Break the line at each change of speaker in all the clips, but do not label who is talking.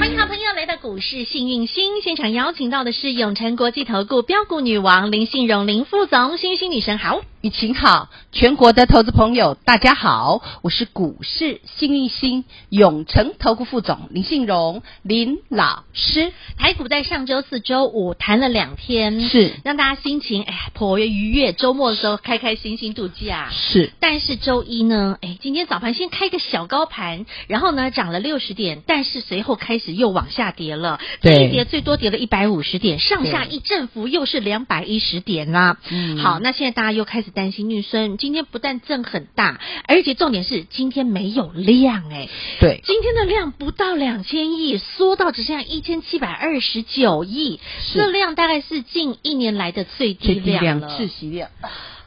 欢迎好朋友来到股市幸运星现场，邀请到的是永诚国际投顾标股女王林信荣林副总，幸运星女神好。
雨晴好，全国的投资朋友大家好，我是股市幸运星永诚投顾副总林信荣林老师，
台股在上周四、周五谈了两天，
是
让大家心情哎呀颇为愉悦，周末的时候开开心心度假。
是
但是周一呢，哎，今天早盘先开个小高盘，然后呢涨了六十点，但是随后开始又往下跌了，这
对
一跌最多跌了一百五十点，上下
对
一振幅又是两百一十点啦、
嗯
好，那现在大家又开始担心，运孙今天不但震很大，而且重点是今天没有量哎、
对，
今天的量不到两千亿，缩到只剩下一千七百二十九亿，
是
这量大概是近一年来的最低量了。
窒息量，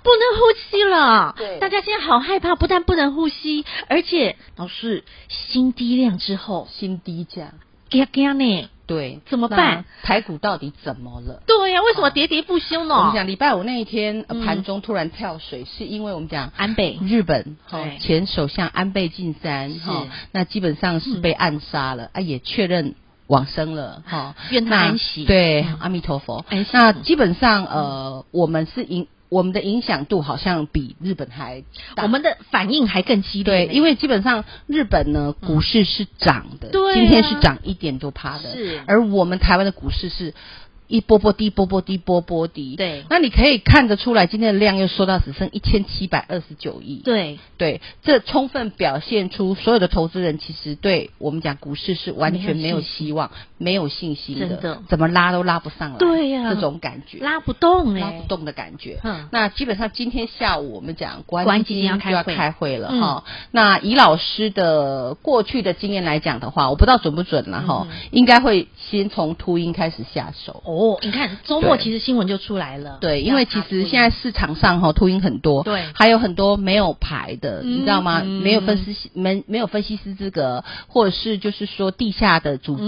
不能呼吸了。
对
大家现在好害怕，不但不能呼吸，而且老师新低量之后，
新低价，
嘎嘎呢？
对，
怎么办？
台股到底怎么了？
对呀、啊为什么喋喋不休
我们
呢？
讲礼拜五那一天呃
嗯
盘中突然跳水，是因为我们讲
安倍
日本哈
对
前首相安倍晋三
是嗯
哈，那基本上是被暗杀了、啊，也确认往生了哈。
愿他
那
安息
对
嗯，
阿弥陀佛
安息。嗯
那基本上呃，我们是影我们的影响度好像比日本还大
我们的反应还更激烈
对，
呢。
因为基本上日本呢
嗯
股市是涨的，
对啊
今天是涨一点多趴的，
是
而我们台湾的股市是。一波波低，波波低，波波低。
对
那你可以看得出来，今天的量又缩到只剩一千七百二十九亿。
对
对，这充分表现出所有的投资人其实对我们讲股市是完全没有希望、没有信心的，
真的
怎么拉都拉不上来。
对呀
这种感觉
拉不动哎、
拉不动的感觉。
嗯
那基本上今天下午我们讲国
国安
安基
基金要
金
开
就要
会嗯
开会了哈、那以老师的过去的经验来讲的话，我不知道准不准了哈、
嗯
应该会先从秃鹰开始下手。
哦，你看周末
对
其实新闻就出来了。
对，因为其实现在市场上哈秃鹰很多，
对
还有很多没有牌的，
嗯
你知道吗？
嗯
没有分析师没没有分析师资格，或者是就是说地下的组织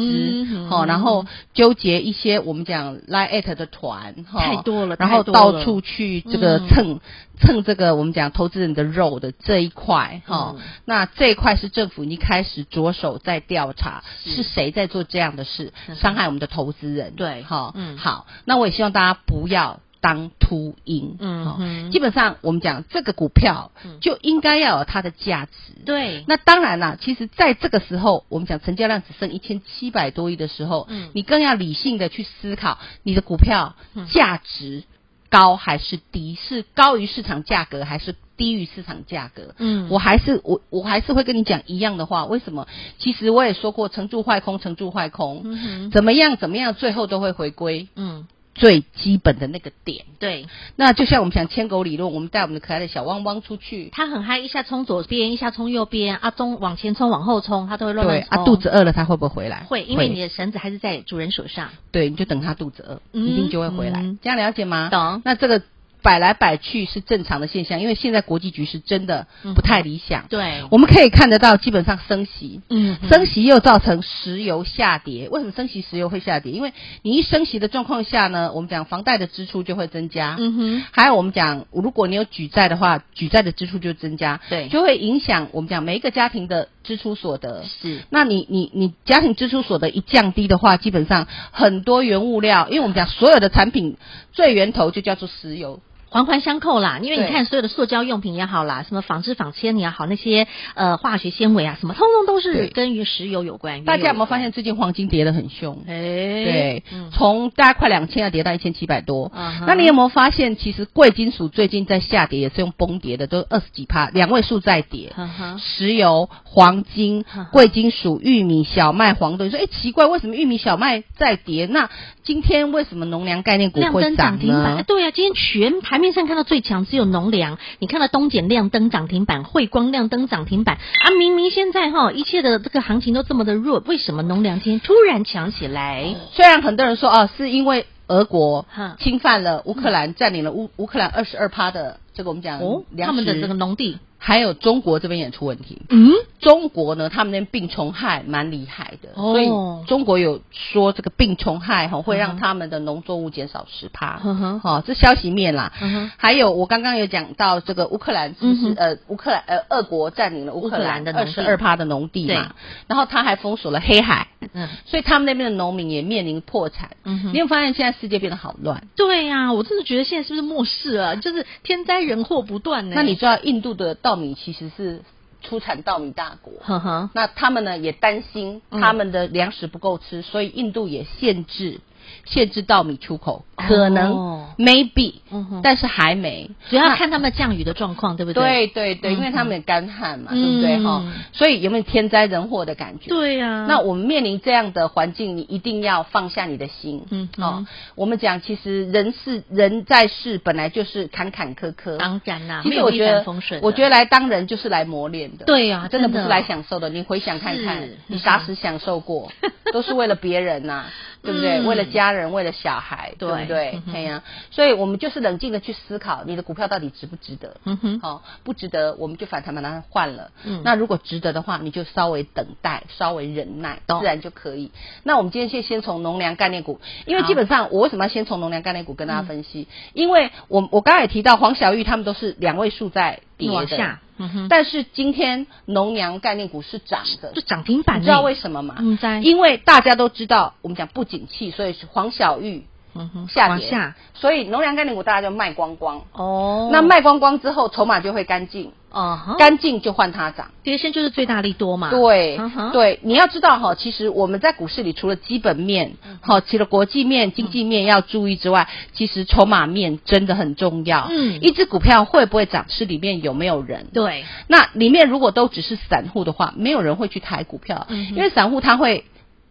嗯，
哦、
嗯
然后纠结一些我们讲 lie at 的团，哈、
太多了
然后
太多了
到处去这个
嗯
蹭、蹭这个我们讲投资人的肉的这一块，哈、
嗯
那这一块是政府已经开始着手在调查
是
是谁在做这样的事
嗯哼，
伤害我们的投资人，
对
哈、
嗯
好，那我也希望大家不要当秃鹰。
嗯
好
哼
哦基本上我们讲这个股票
嗯
就应该要有它的价值。
对，
那当然啦，其实在这个时候，我们讲成交量只剩一千七百多亿的时候，
嗯
你更要理性的去思考你的股票
嗯
价值高还是低，是高于市场价格还是低于市场价格？
嗯
我还是我我还是会跟你讲一样的话，为什么？其实我也说过，成住坏空，成住坏空，
嗯哼，
怎么样怎么样，最后都会回归
嗯，
最基本的那个点。
对，
那就像我们讲牵狗理论，我们带我们的可爱的小汪汪出去，
他很嗨，一下冲左边，一下冲右边，啊，中往前冲，往后冲，他都会乱
对
乱冲。
啊，肚子饿了它会不会回来？
会，因为你的绳子还是在主人手上。
对，你就等它肚子饿，
嗯
一定就会回来
嗯。
这样了解吗？
懂
那这个摆来摆去是正常的现象，因为现在国际局势真的不太理想。
对，
我们可以看得到，基本上升息，
嗯哼
升息又造成石油下跌。为什么升息石油会下跌？因为你一升息的状况下呢，我们讲房贷的支出就会增加。
嗯哼，
还有我们讲，如果你有举债的话，举债的支出就增加，
对
就会影响我们讲每一个家庭的支出所得。
是
那你你你家庭支出所得一降低的话，基本上很多原物料，因为我们讲所有的产品最源头就叫做石油，
环环相扣啦。因为你
对
看，所有的塑胶用品也好啦，什么纺织、纺纤也好，那些呃化学纤维啊，什么通通都是
对
跟于石油有关。
大家有
原
没有
油
发现？最近黄金跌得很凶？
哎，
对
嗯，
从大概快两千要啊跌到一千七百多。
嗯哼
那你有没有发现，其实贵金属最近在下跌，也是用崩跌的，都二十几趴，两位数在跌。
哼哼
石油、黄金
嗯嗯哼、
贵金属、玉米、小麦、黄豆，你说，哎，奇怪，为什么玉米、小麦在跌？那今天为什么农粮概念股
亮
会
灯涨
涨
停板，哎
呢？
对呀、今天全盘面上看到最强只有农粮，你看到东碱亮灯涨停板，汇光亮灯涨停板啊！明明现在哈一切的这个行情都这么的弱，为什么农粮今天突然强起来？
虽然很多人说哦，是因为俄国
哈
侵犯了乌克兰，占领了乌乌克兰二十二趴的这个我们讲
哦，
粮食
他们的这个农地，
还有中国这边也出问题。
嗯，
中国呢，他们那边病虫害蛮厉害的，
哦
所以中国有说这个病虫害哈会
嗯
让
哼
他们的农作物减少十趴。
嗯呵呵
好、这消息面啦。
嗯哼
还有我刚刚有讲到这个乌克兰是不是、
嗯哼
呃乌克兰呃俄国占领了乌克兰
乌克兰的
二
农
十
地
二趴的农地嘛，然后他还封锁了黑海，
嗯
所以他们那边的农民也面临破产。
嗯哼
你有没有发现现在世界变得好乱？
对呀、我真的觉得现在是不是末世啊？就是天灾人祸不断呢。
那你知道印度的稻米其实是出产稻米大国，
呵呵，
那他们呢也担心
嗯
他们的粮食不够吃，所以印度也限制限制稻米出口，
哦
可能、maybe，、
嗯哼
但是还没。
主要
那
看他们降雨的状况，对不
对
对？
对对，
嗯
因为他们也干旱嘛，
嗯
对不对哈？所以有没有天灾人祸的感觉？。
对啊呀、
那我们面临这样的环境，你一定要放下你的心。
嗯哼
哦，我们讲，其实人是人在世，本来就是坎坎坷坷。
当然啦、
其
没
实
有
我
一
觉
帆
得
风顺，的。
我觉得来当人就是来磨练的。
对呀
真的不
真
是
的
来享受的。你回想看看
是，嗯
你啥时享受 过？都是为了别人呐、对不对？
嗯
为了家人，为了小孩，
对
对不对
嗯？哼
哎呀、所以我们就是冷静的去思考，你的股票到底值不值得？
嗯哼，
好、哦不值得，我们就反弹把它换了。
嗯
那如果值得的话，你就稍微等待，稍微忍耐，
懂
自然就可以。那我们今天先先从农粮概念股，因为
好嗯
基本上我为什么要先从农粮概念股跟大家分析？因为我我刚才也提到黄小玉他们都是两位数在跌的，
往下，嗯哼，
但是今天农粮概念股是涨的
就，涨停板呢，
你知道为什么吗？
嗯在
因为大家都知道我们讲不景气，所以是黄小玉
嗯哼
下
往
跌，
下
所以农粮概念股大家就卖光光。
哦
那卖光光之后，筹码就会干净，
哦哈，
干净就换它涨。
跌升就是最大力多嘛，
啊对
嗯哼，
对，你要知道哈，其实我们在股市里除了基本面，
嗯
好，除了国际面、经济面要注意之外，其实筹码面真的很重要。
嗯
一只股票会不会涨，是里面有没有人。
对，
那里面如果都只是散户的话，没有人会去抬股票，
嗯哼
因为散户他会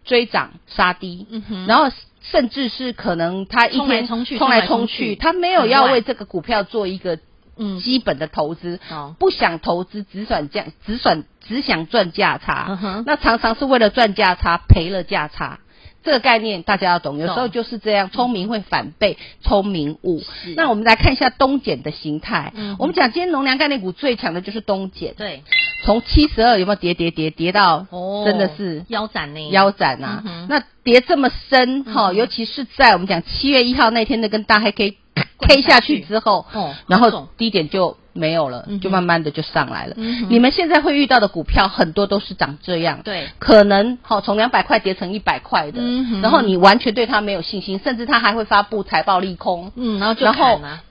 追涨杀低，
嗯哼
然后甚至是可能他一
冲来
天
冲去
冲
冲
来
来
冲
冲去
去，他没有
很
要
乱
为这个股票做一个
嗯
基本的投资，
懂
不想投资，只想价，只想只想赚价差。
嗯哼
啊那常常是为了赚价差赔了价差。这个概念大家要懂，有时候
懂嗯
就是这样，聪明会反被聪明误
是。
那我们来看一下东碱的形态。
嗯哼
我们讲今天农粮概念股最强的就是东碱，
对，
从七十二有没有跌跌跌跌到
哦，
真的是
腰斩呢，
腰斩啊
嗯哼！
那跌这么深哈，
嗯
尤其是在我们讲七月一号那天那根大黑 K
灌
K
下
下
去
去之后
哦，
然
好重
后低点就没有了
嗯哼，
就慢慢的就上来了
嗯哼。
你们现在会遇到的股票很多都是长这样，
对
可能好从两百块跌成一百块的
嗯哼，
然后你完全对它没有信心，甚至它还会发布财报利空，
嗯，然后就
然后
砍了，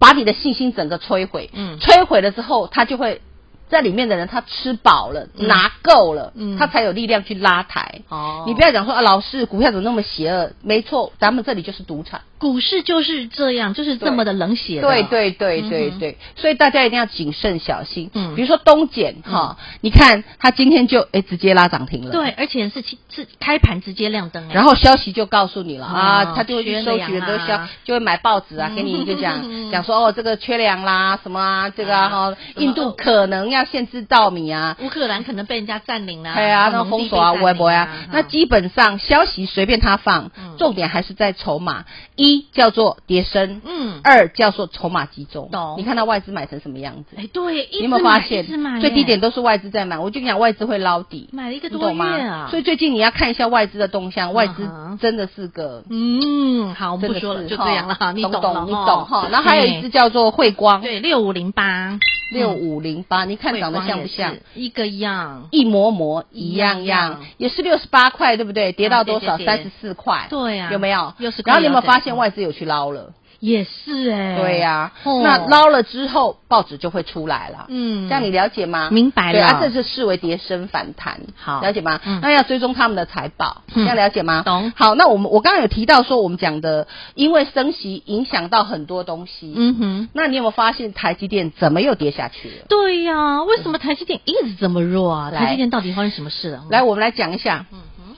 把你的信心整个摧毁。
嗯
摧毁了之后，他就会在里面的人他吃饱了，
嗯
拿够了，
嗯
他才有力量去拉抬。
哦
你不要讲说啊，老师股票怎么那么邪恶？没错，咱们这里就是赌场。
股市就是这样，就是这么的冷血的，
对对对对
嗯哼
对，所以大家一定要谨慎小心。
嗯
比如说东碱哈，你看它今天就哎直接拉涨停了。
对，。而且是起是开盘直接亮灯哎，
然后消息就告诉你了
哦
啊，他就会
缺
去收取
粮
很多
啊
消，就会买报纸啊，给你一个
嗯
讲讲说哦，这个缺粮啦，什么啊，这个啊，
啊
哈，
什么
印度可能要限制稻米啊，
乌克兰可能被人家占领了，
对啊，那
然后农
封
地
锁啊，
被占
微博
领
啊，那基本上消息随便他放
嗯，
重点还是在筹码，一叫做跌升，
嗯，
二叫做筹码集中
懂。
你看到外资买成什么样子？
哎对，一
你有没
直
有发
买一
现
直买
最低
耶
点都是外资在买？我就讲外资会捞底，
买了一个
你
多
懂
月啊
吗？，所以最近你要看一下外资的动向，外资
嗯哼
真的是个。
嗯，好，我们
真
不
的
说了，
是
就
哈
这样了哈，你
懂
懂了
你懂哈。然后还有一只
嗯
叫做汇光
对六五零八嗯
六五零八，你看长得像不像？
一个样，
一模模一
一
样
样
样，也是六十八块，对不对？跌到多
啊
少？
对
三
对
十四块，
对啊
有没有
60？
然后你有没有
块
发现外资有去捞了？
也是哎，
对呀，
哦
那捞了之后，报纸就会出来了。
嗯
这样你了解吗？
明白了
对啊，这是视为跌升反弹，
好
了解吗
嗯？
那要追踪他们的财报，
嗯
这样了解吗？
懂
好，那我们我刚刚有提到说，我们讲的因为升息影响到很多东西，
嗯哼。
那你有没有发现台积电怎么又跌下去了？
对呀、为什么台积电一直这么弱啊？
来
台积电到底发生什么事了？啊
来，我们来讲一下
嗯哼，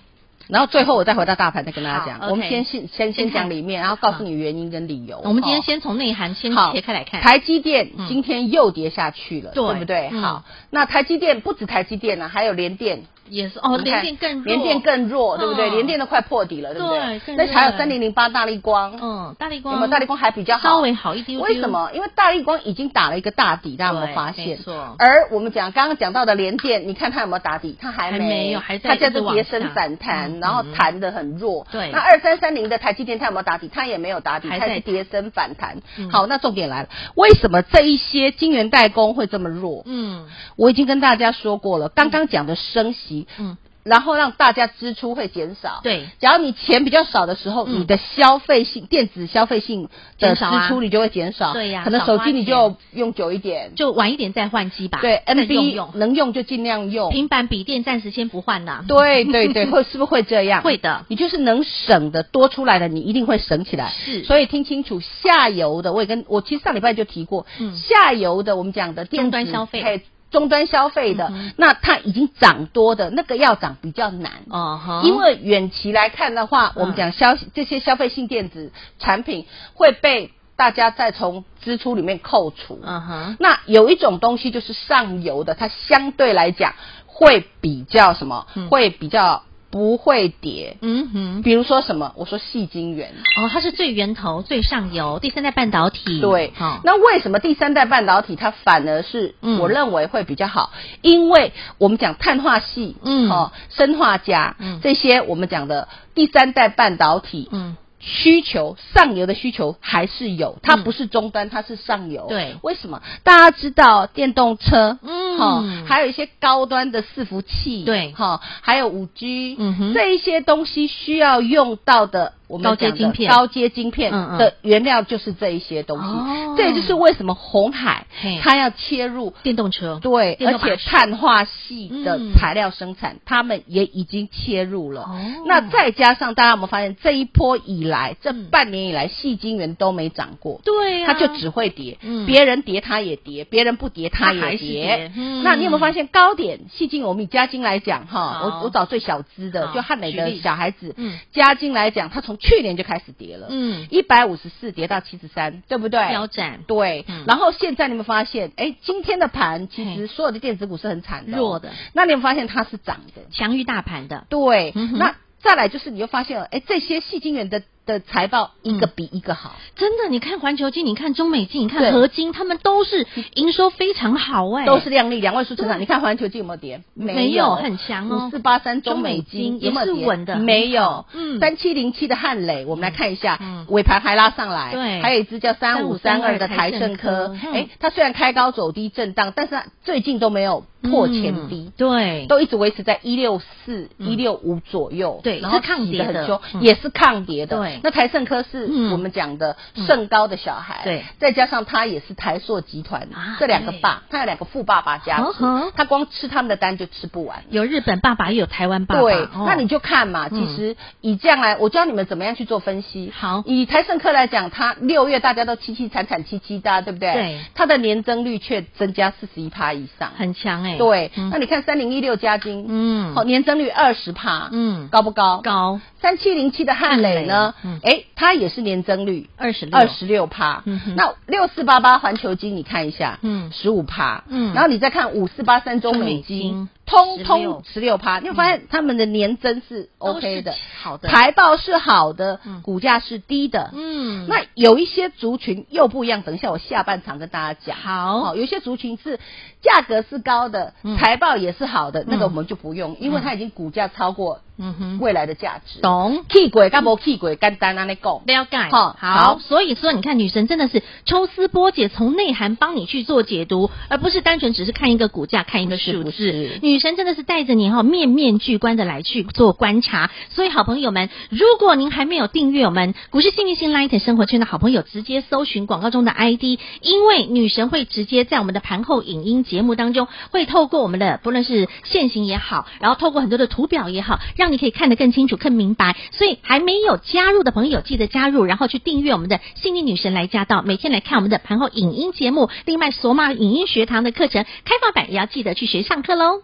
然后最后我再回到大盘再跟大家
好
讲。
，OK
我们先先先
先
先
看
讲里面，然后告诉你原因跟理由。
我们今天
哦
先从内涵先
好
切开来看，嗯
台积电今天又跌下去了，
对
对不对？
嗯
好，那台积电不止台积电了、啊还有联电。
也是哦，
你看
联电更弱
联电更弱，
嗯
对不对？联电都快破底了，对不
对
对？
更弱
那还有三零零八大力光，
嗯，大力
有
光，
没有大力光还比较好？
稍微好一丢丢，
为什？么？因为大力光已经打了一个大底，大家有没有发
对
现
没错？
而我们讲刚刚讲到的联电，你看它有没有打底？它还
还
没，
没有还在
它叫
一直
做
往
跌
下
升反弹，
嗯
然后
嗯
弹的很弱。
对
那二三三零的台积电它有没有打底？它也没有打底，
还
它
在
是跌升反弹
嗯。
好，那重点来了，为什么这一些晶圆代工会这么弱？
嗯
我已经跟大家说过了，刚刚讲的升息，
嗯，
然后让大家支出会减少。。
对，
只要你钱比较少的时候，
嗯
你的消费性电子消费性的
减
支
少啊
出你就会减少，
对呀
可能手机你
少花
就用久一点，
就晚一点再换机吧，
对
再
，NB
用用，
能用就尽量用，
平板笔电暂时先不换啦，
对对 对，会是不是会这样？
会的，
你就是能省的多出来的，你一定会省起来。
是
所以听清楚，下游的我也跟我其实上礼拜就提过，
嗯
下游的我们讲的电子
终端消费
嘿终端消费的，
嗯
那它已经涨多的那个要涨比较难。
哦哈，
因为远期来看的话，我们讲消这些消费性电子产品会被大家再从支出里面扣除。
嗯哼，
那有一种东西就是上游的，它相对来讲会比较什么
嗯？
会比较不会跌。
嗯哼，
比如说什么？我说细晶圆。
哦，它是最源头、最上游，第三代半导体，
对，
嗯好、
那为什么第三代半导体它反而是
嗯
我认为会比较好？因为我们讲碳化系，
嗯
哦，生化家、
嗯
这些我们讲的第三代半导体，
嗯，
需求上游的需求还是有，它
嗯
不是终端，它是上游。
对
为什么？大家知道电动车，
嗯
齁还有一些高端的伺服器，
对
哈、还有五 G，
嗯哼
这一些东西需要用到的，我们
高阶
讲的
晶片
高阶晶片
嗯嗯
的原料就是这一些东西。
哦
这也就是为什么红海
嘿
它要切入。
电动车，
对，
电
而
动把
且
手
碳化系的
嗯
材料生产，他们也已经切入了。
哦
那再加上大家有没有发现，这一波以来，这
嗯
半年以来，细晶元都没涨过。
对呀、
它就只会跌，
嗯
别人跌它也跌，别人不跌它
它还
也
是
跌
跌。嗯
那你有没有发现高点？细晶我们以嘉金来讲哈，
好
我我找最小资的，
好
就汉美
举例
的小孩子
嗯，
嘉金来讲，它从去年就开始跌了，
嗯
一百五十四跌到七十三，对不对？
腰斩
对
嗯，
然后现在你们发现，哎，今天的盘其
嘿
实所有的电子股是很惨的哦，
弱的
那你们发现它是涨的，
强于大盘的，
对
嗯哼。
那再来就是你就发现了，哎，这些细晶元的的财报一个
嗯
比一个好，
真的，你看环球金，你看中美金，你看
对
合金，他们都是营收非常好哎、
都是亮丽两位数成
对
长。你看环球金有没有跌？
没有很强哦
五四八三
中
中
美
美
金
金
也
有
是
没有跌
稳的
没
很好
有。
嗯
三七零七的汉磊，我们来看一下
嗯，
尾盘还拉上来。
对
还有一只叫三五三
3532
二的台盛科
台盛科，嗯
哎，它虽然开高走低震荡，但是它最近都没有破前低
嗯。对，
都一直维持在一六四、
嗯
一六五左右，
对
然后
是抗
洗
跌
得
的
很凶，
嗯
也是抗跌的。
对
那台盛科是
嗯
我们讲的
嗯
盛高的小孩，
对，
再加上他也是台塑集团
啊
这两个
对
爸，他有两个富爸爸家
嗯哼
族，他光吃他们的单就吃不完。
有日本爸爸，也有台湾爸爸，
对，
哦
那你就看嘛。
嗯
其实以这样来，我教你们怎么样去做分析。
好
以台盛科来讲，它六月大家都凄凄惨惨戚戚的，啊对不对？
对
它的年增率却增加四十一趴以上。
很强哎、
对，
嗯
那你看三零一六加金，
嗯
好，年增率二十趴，
嗯
高不高？。
高
三七零七的汉磊呢
汉磊嗯？
哎，它也是年增率
二十六，
二十六趴
嗯哼。
那六四八八环球金，你看一下，
嗯
十五趴。
嗯
然后你再看五四八三中
中美
美
金
金，通
16
通十六趴，你会发现他们的年增是
都是
OK 的，
好的
财报是好的
嗯，
股价是低的，
嗯，
那有一些族群又不一样，等一下我下半场跟大家讲。
好
哦，有一些族群是价格是高的
嗯，
财报也是好的，那个
嗯
我们就不用，因为它已经股价超过
嗯哼，
未来的价值。
懂。
气鬼干不气鬼，干单那那讲。
了解，
好
好，
好
所以说你看，女神真的是抽丝剥茧，从内涵帮你去做解读，而不是单纯只是看一个股价、看一个数
不是
字。
不是
女神真的是带着你哈、面面俱观的来去做观察。所以，好朋友们，如果您还没有订阅我们股市幸运星 Light 生活圈的好朋友，直接搜寻广告中的 ID，因为女神会直接在我们的盘后影音节目当中，会透过我们的不论是现行也好，然后透过很多的图表也好，让你可以看得更清楚、更明白。所以还没有加入的朋友，记得加入，然后去订阅我们的幸运女神来驾到，每天来看我们的盘后影音节目，另外索马影音学堂的课程开放版也要记得去学上课喽。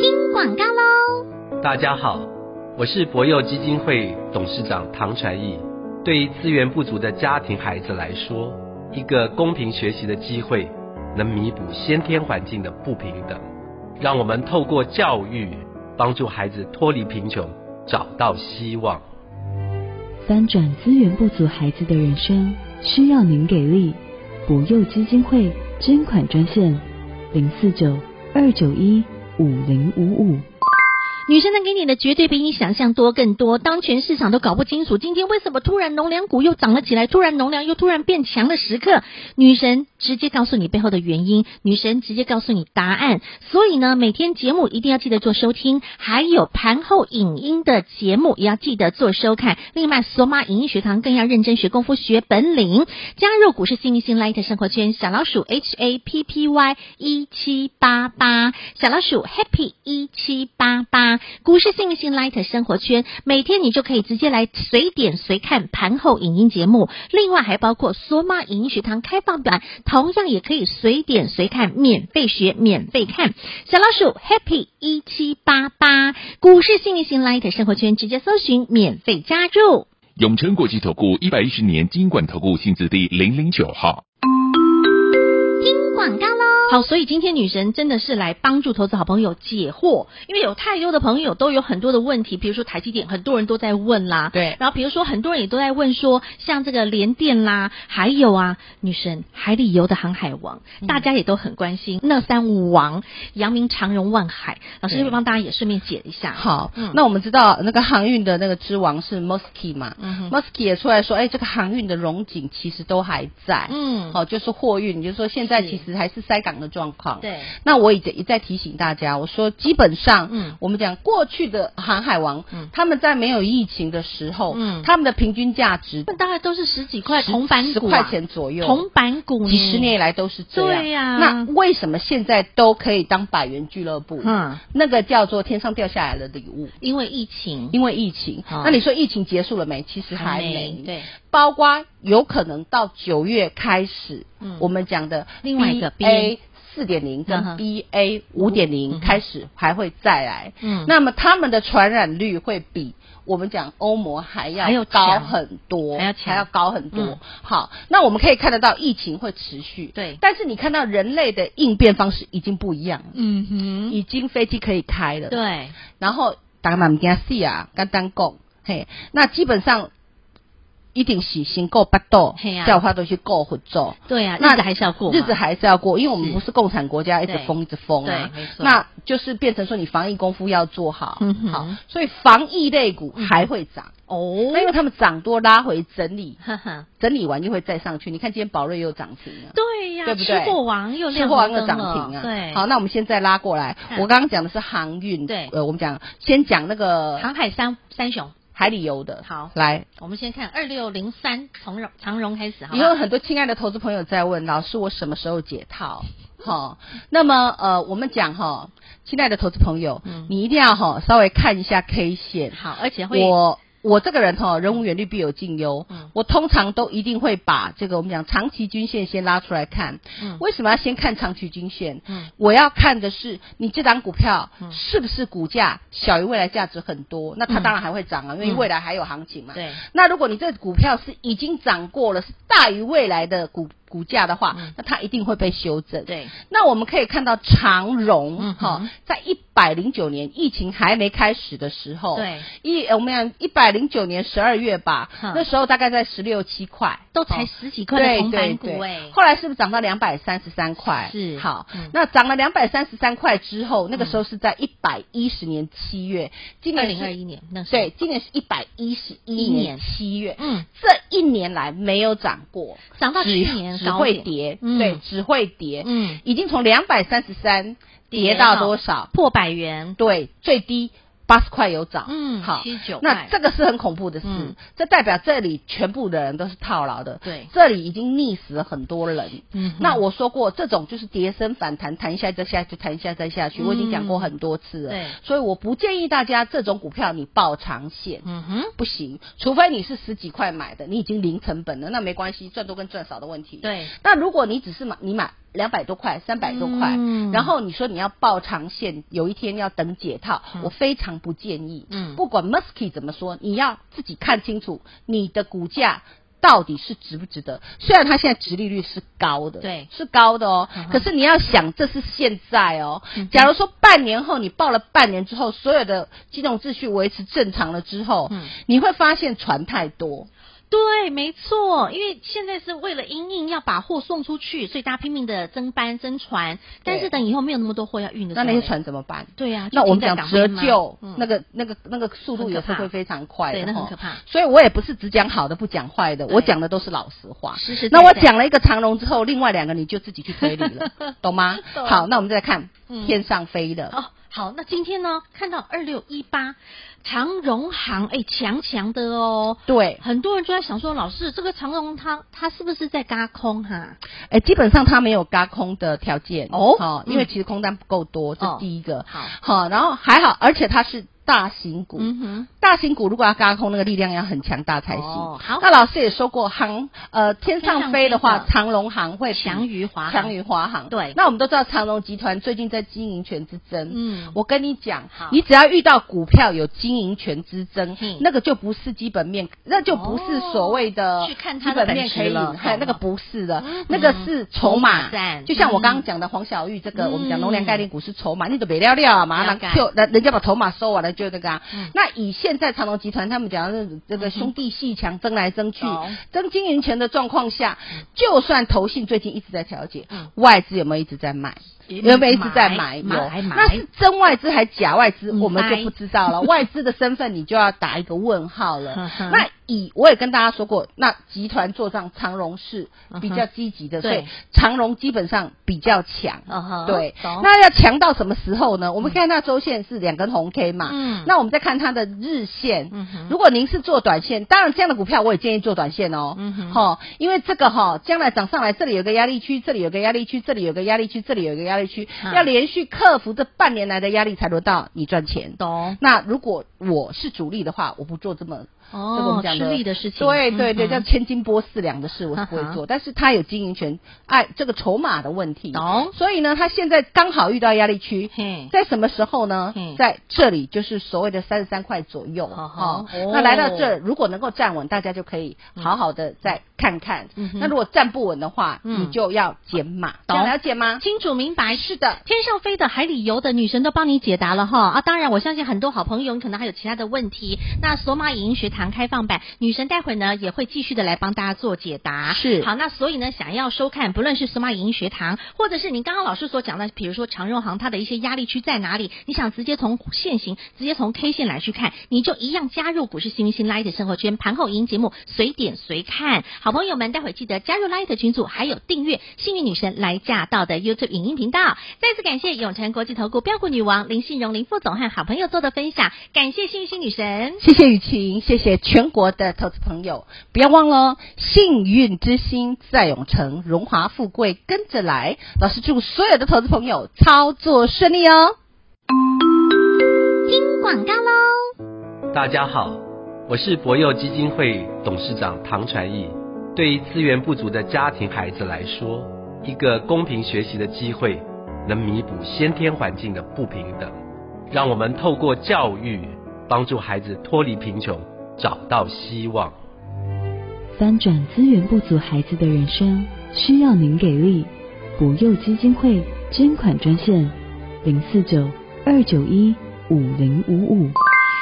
听广告喽。
大家好，我是博幼基金会董事长唐传义。对于资源不足的家庭孩子来说，一个公平学习的机会，能弥补先天环境的不平等。让我们透过教育，帮助孩子脱离贫穷，找到希望。
翻转资源不足孩子的人生，需要您给力。博幼基金会捐款专线：零四九二九一五零五五。
女生能给你的绝对比你想象多更多。当全市场都搞不清楚今天为什么突然农粮股又涨了起来，突然农粮又突然变强的时刻，女神直接告诉你背后的原因，女神直接告诉你答案。所以呢，每天节目一定要记得做收听，还有盘后影音的节目也要记得做收看。另外，索马影音学堂更要认真学功夫、学本领，加入股市新明星 Light 生活圈，小老鼠 H A P P Y 一七八八，小老鼠 Happy 一七八八。股市幸运星 Light 生活圈，每天你就可以直接来随点随看盘后影音节目，另外还包括索马影音学堂开放版，同样也可以随点随看，免费学，免费看。小老鼠 Happy 一七八八，股市幸运星 Light 生活圈直接搜寻，免费加入。
永诚国际投顾一百一十年金管投顾新字第零零九号。
听广告喽。好，所以今天女神真的是来帮助投资好朋友解惑，因为有太多的朋友都有很多的问题，比如说台积电，很多人都在问啦。
对
然后比如说很多人也都在问说，像这个联电啦，还有啊，女神海里游的航海王，
嗯
大家也都很关心。那三王，阳明、长荣、万海，老师
对
会帮大家也顺便解一下。，
好，
嗯
那我们知道那个航运的那个之王是 Mosky 嘛、
嗯哼
m o s k y 也出来说，哎，这个航运的荣景其实都还在，
嗯，
好、就是货运，就是说现在
是
其实还是塞港的状况，。
对，
那我也一再提醒大家，我说基本上，
嗯
嗯，我们讲过去的航海王，
嗯
他们在没有疫情的时候，
嗯
嗯，他们的平均价值
那大概都是十几块铜板
十
股、啊，
块钱左右，
铜板股呢
几十年以，来都是这样。
对呀
那为什么现在都可以当百元俱乐部？
嗯，
那个叫做天上掉下来的礼物。
因为疫情，
因为疫情，
嗯好
那你说疫情结束了没？其实还没，
对，
包括有可能到九月开始，
嗯
我们讲的
另外一个
BA 四点零
嗯哼
跟
嗯
BA 五点零
哼
开始还会再来，
嗯
那么他们的传染率会比我们讲欧盟还
还要
要
强
高很多，
还要强
高很多、
嗯
好，那我们可以看得到疫情会持续，
对
但是你看到人类的应变方式已经不一样了，
嗯哼，
已经飞机可以开了，
对，
然后大家嘛唔惊死啊，简单讲，嘿，那基本上一定是先够八道
嘿啊，
才有法度去够合作。
对啊，
那
日子还是要过嘛，
日子还是要过，因为我们
是
不是共产国家，一直
对
封一直封啊
对没。错
那就是变成说，你防疫功夫要做好，
嗯哼嗯
好，所以防疫类股还会涨。
哦
那因为他们涨多拉回整理，
哈哈，
整理完就会再上去。你看今天宝瑞又涨停了，
对呀、
对不对
吃货王又
吃
亮
货王
红
的涨
灯了
停啊。
对，
好，那我们现在拉过来
嗯，
我刚刚讲的是航运，
对
呃，我们讲先讲那个
航海三三雄，
海里游的。
好
来，
我们先看二六零三从荣长荣开始，好
也有
吗？
很多亲爱的投资朋友在问老师，我什么时候解 套？好、那么呃，我们讲哈、亲爱的投资朋友，
嗯
你一定要哈、稍微看一下 K 线。
好，而且会
我我这个人哈、人无远虑，必有近忧。
嗯
我通常都一定会把这个我们讲长期均线先拉出来看。
嗯
为什么要先看长期均线？
嗯
我要看的是你这档股票
嗯
是不是股价小于未来价值很多，那它
嗯
当然还会涨啊，因为
嗯
未来还有行情嘛。
对
那如果你这个股票是已经涨过了，是大于未来的股股价的话，
嗯
那它一定会被修正。，
对
那我们可以看到长荣
嗯
哈、
哼
在一百零九年疫情还没开始的时候，，
对，
一呃我们讲一百零九年十二月吧，
嗯
那时候大概在十六七块，
都才
哦
十几块的
对
铜板
对
股
对
哎，，
后来是不是涨到两百三十三块？
是
好
嗯，
那涨了两百三十三块之后，那个时候是在一百一十年七月，今
二
年
零二
是
一年那时候
对，，今年是一百一十一
一年
年七月，
嗯，
这一年来没有涨过，
涨到
只
去年
只
高
会
点
跌，
嗯
对，只会跌，
嗯，
已经从两百三十三
跌
跌到
到
多少？
破百元，
对，最低八十块有涨，
嗯，
好。
七十九
那
块，
这个是很恐怖的事，
嗯
这代表这里全部的人都是套牢的，
对
这里已经溺死了很多人。
嗯哼
那我说过，这种就是跌升反弹，弹一下再下去，弹一下再下去，我已经讲过很多次了。
嗯对
所以我不建议大家这种股票你抱长线，
嗯哼，
不行，除非你是十几块买的，你已经零成本了，那没关系，赚多跟赚少的问题。。
对，
那如果你只是买你买两百多块、三百多块，
嗯
然后你说你要报长线，有一天要等解套，
嗯
我非常不建议。
嗯
不管 Musky 怎么说，你要自己看清楚你的股价。到底是值不值得？虽然它现在值利率是高的，
对
是高的哦。
嗯哼
可是你要想，这是现在哦。
嗯哼
假如说半年后你报了半年之后，所有的金融秩序维持正常了之后，
嗯
你会发现船太多，
对，没错，因为现在是为了因应要把货送出去，所以大家拼命的增班增船，但是等以后没有那么多货要运的时
那
候，
那些船怎么办？
对呀、
那
就
我们
停在
讲
港
折
边嘛
旧，
嗯
那个、那个、那个速度
很可
有时候
怕
会非常快的，
对那很
吼
可怕
所以我也不是只讲好的不讲坏的，
对
我讲的都是老实话。
实实在
那我
在
讲了一个长龙之后，另外两个你就自己去推理 了，懂吗？
懂
好，那我们再来看
嗯
天上飞的，
哦，好，那今天呢，看到二六一八长荣行，哎，强强的哦。
对，
很多人就在想说，老师，这个长荣它它是不是在嘎空哈、
哎，基本上它没有嘎空的条件
哦
好，因为
嗯
其实空单不够多，这
哦
是第一个。
好，
好，然后还好，而且它是大型股，
嗯哼，
大型股如果要嘎空，那个力量要很强大才行。
哦好
那老师也说过，航呃天上飞的
天上飞
话，
的
长龙航会比
强于华航
强于华航。
对
那我们都知道长龙集团最近在经营权之争。
嗯
我跟你讲
好，
你只要遇到股票有经营权之争
嘿，
那个就不是基本面，那就不是所谓的
哦去看它
基
的
本面可以
本质了
赢，嗨
嗯
那个不是的
嗯，
那个是筹
筹码
码
战。
就像我刚
嗯
刚讲的黄小玉这个，
嗯
我们讲农粮概念股是筹码，你都没料料啊嘛，
了
那
解
就人人家把筹码收完了就那个啊
嗯。
那以现在长隆集团他们讲的这个兄弟戏强争来争去
懂，
争经营权的状况下，就算投信最近一直在调节
嗯，
外资有没有一直在买？有没有一直在买？有
买买？
那是真外资还假外资，
嗯
我们就不知道了。外资的身份你就要打一个问号
呵
了
呵。
那以我也跟大家说过，那集团做账长荣是比较积极
嗯哼
的，所以
对
长荣基本上比较强。
嗯哼
对，
懂
那要强到什么时候呢？我们看它周线是两根红 K 嘛，
嗯
那我们再看它的日线
嗯哼。
如果您是做短线，当然这样的股票我也建议做短线哦
嗯哼，
哈，因为这个哈，将来涨上来，这里有个压力区，这里有个压力区，这里有个压力区，这里有个压力区
嗯，
要连续克服这半年来的压力，才轮到你赚钱。
懂
那如果我是主力的话，我不做这么这个我
哦
们，讲
吃
的
力的事情，
对对对，
嗯哼嗯
叫千金波四两的事我是不会做，但是他有经营权，哎，这个筹码的问题，
懂
所以呢，他现在刚好遇到压力区
嘿，
在什么时候呢
嘿？
在这里就是所谓的三十三块左右，
嗯好好
哦
哦
那来到这如果能够站稳，大家就可以好好的再看看
嗯哼。
那如果站不稳的话，
嗯
你就要减码，
懂
懂了解吗？
清楚明白。
是的
天上飞的、海里游的，女神都帮你解答了哈啊！当然，我相信很多好朋友你可能还有其他的问题。那索马影音学堂开放版，女神待会呢也会继续的来帮大家做解答。
是
好，那所以呢，想要收看不论是索马影音学堂，或者是您刚刚老师所讲的，比如说长荣行它的一些压力区在哪里，你想直接从现行，直接从 K 线来去看，你就一样加入股市新明星 Light 生活圈盘后音节目，随点随看。好朋友们，待会记得加入 Light 群组，还有订阅幸运女神来驾到的 YouTube 影音频道。再次感谢永诚国际投顾标股女王林信荣林副总和好朋友做的分享，感谢幸运星女神。
谢谢雨晴，谢谢全国的投资朋友，不要忘了哦，幸运之星在永城，荣华富贵跟着来。老师祝所有的投资朋友操作顺利哦。
广告喽。
大家好，我是博幼基金会董事长唐传义。对于资源不足的家庭孩子来说，一个公平学习的机会，能弥补先天环境的不平等。让我们透过教育，帮助孩子脱离贫穷，找到希望。
翻转资源不足孩子的人生，需要您给力。补幼基金会捐款专线：零四九二九一五零五五。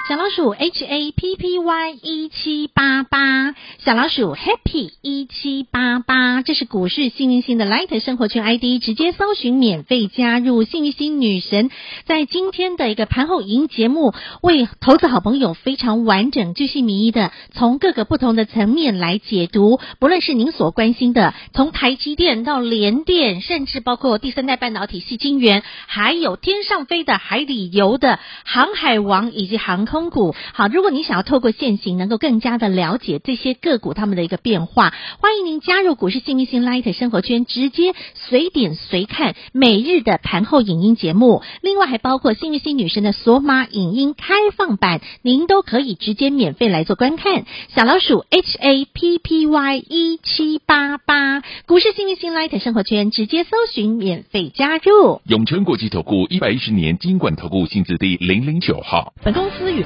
小老鼠 H A P P Y 一七八八，小老鼠 Happy 一七八八，这是股市幸运星的 Light 生活圈 ID，直接搜寻免费加入幸运星女神，在今天的一个盘后营节目，为投资好朋友非常完整、巨细靡遗的从各个不同的层面来解读，不论是您所关心的，从台积电到联电，甚至包括第三代半导体、系晶圆，还有天上飞的、海里游的、航海王以及航空。通股。好，如果你想要透过现行能够更加的了解这些个股它们的一个变化，欢迎您加入股市幸运星 Light 生活圈，直接随点随看每日的盘后影音节目。另外还包括幸运星女神的索马影音开放版，您都可以直接免费来做观看。小老鼠 H A P P Y 一七八八，股市幸运星 Light 生活圈直接搜寻免费加入。
永诚国际投顾一百一十年金管投顾性质第零零九号。
本公司与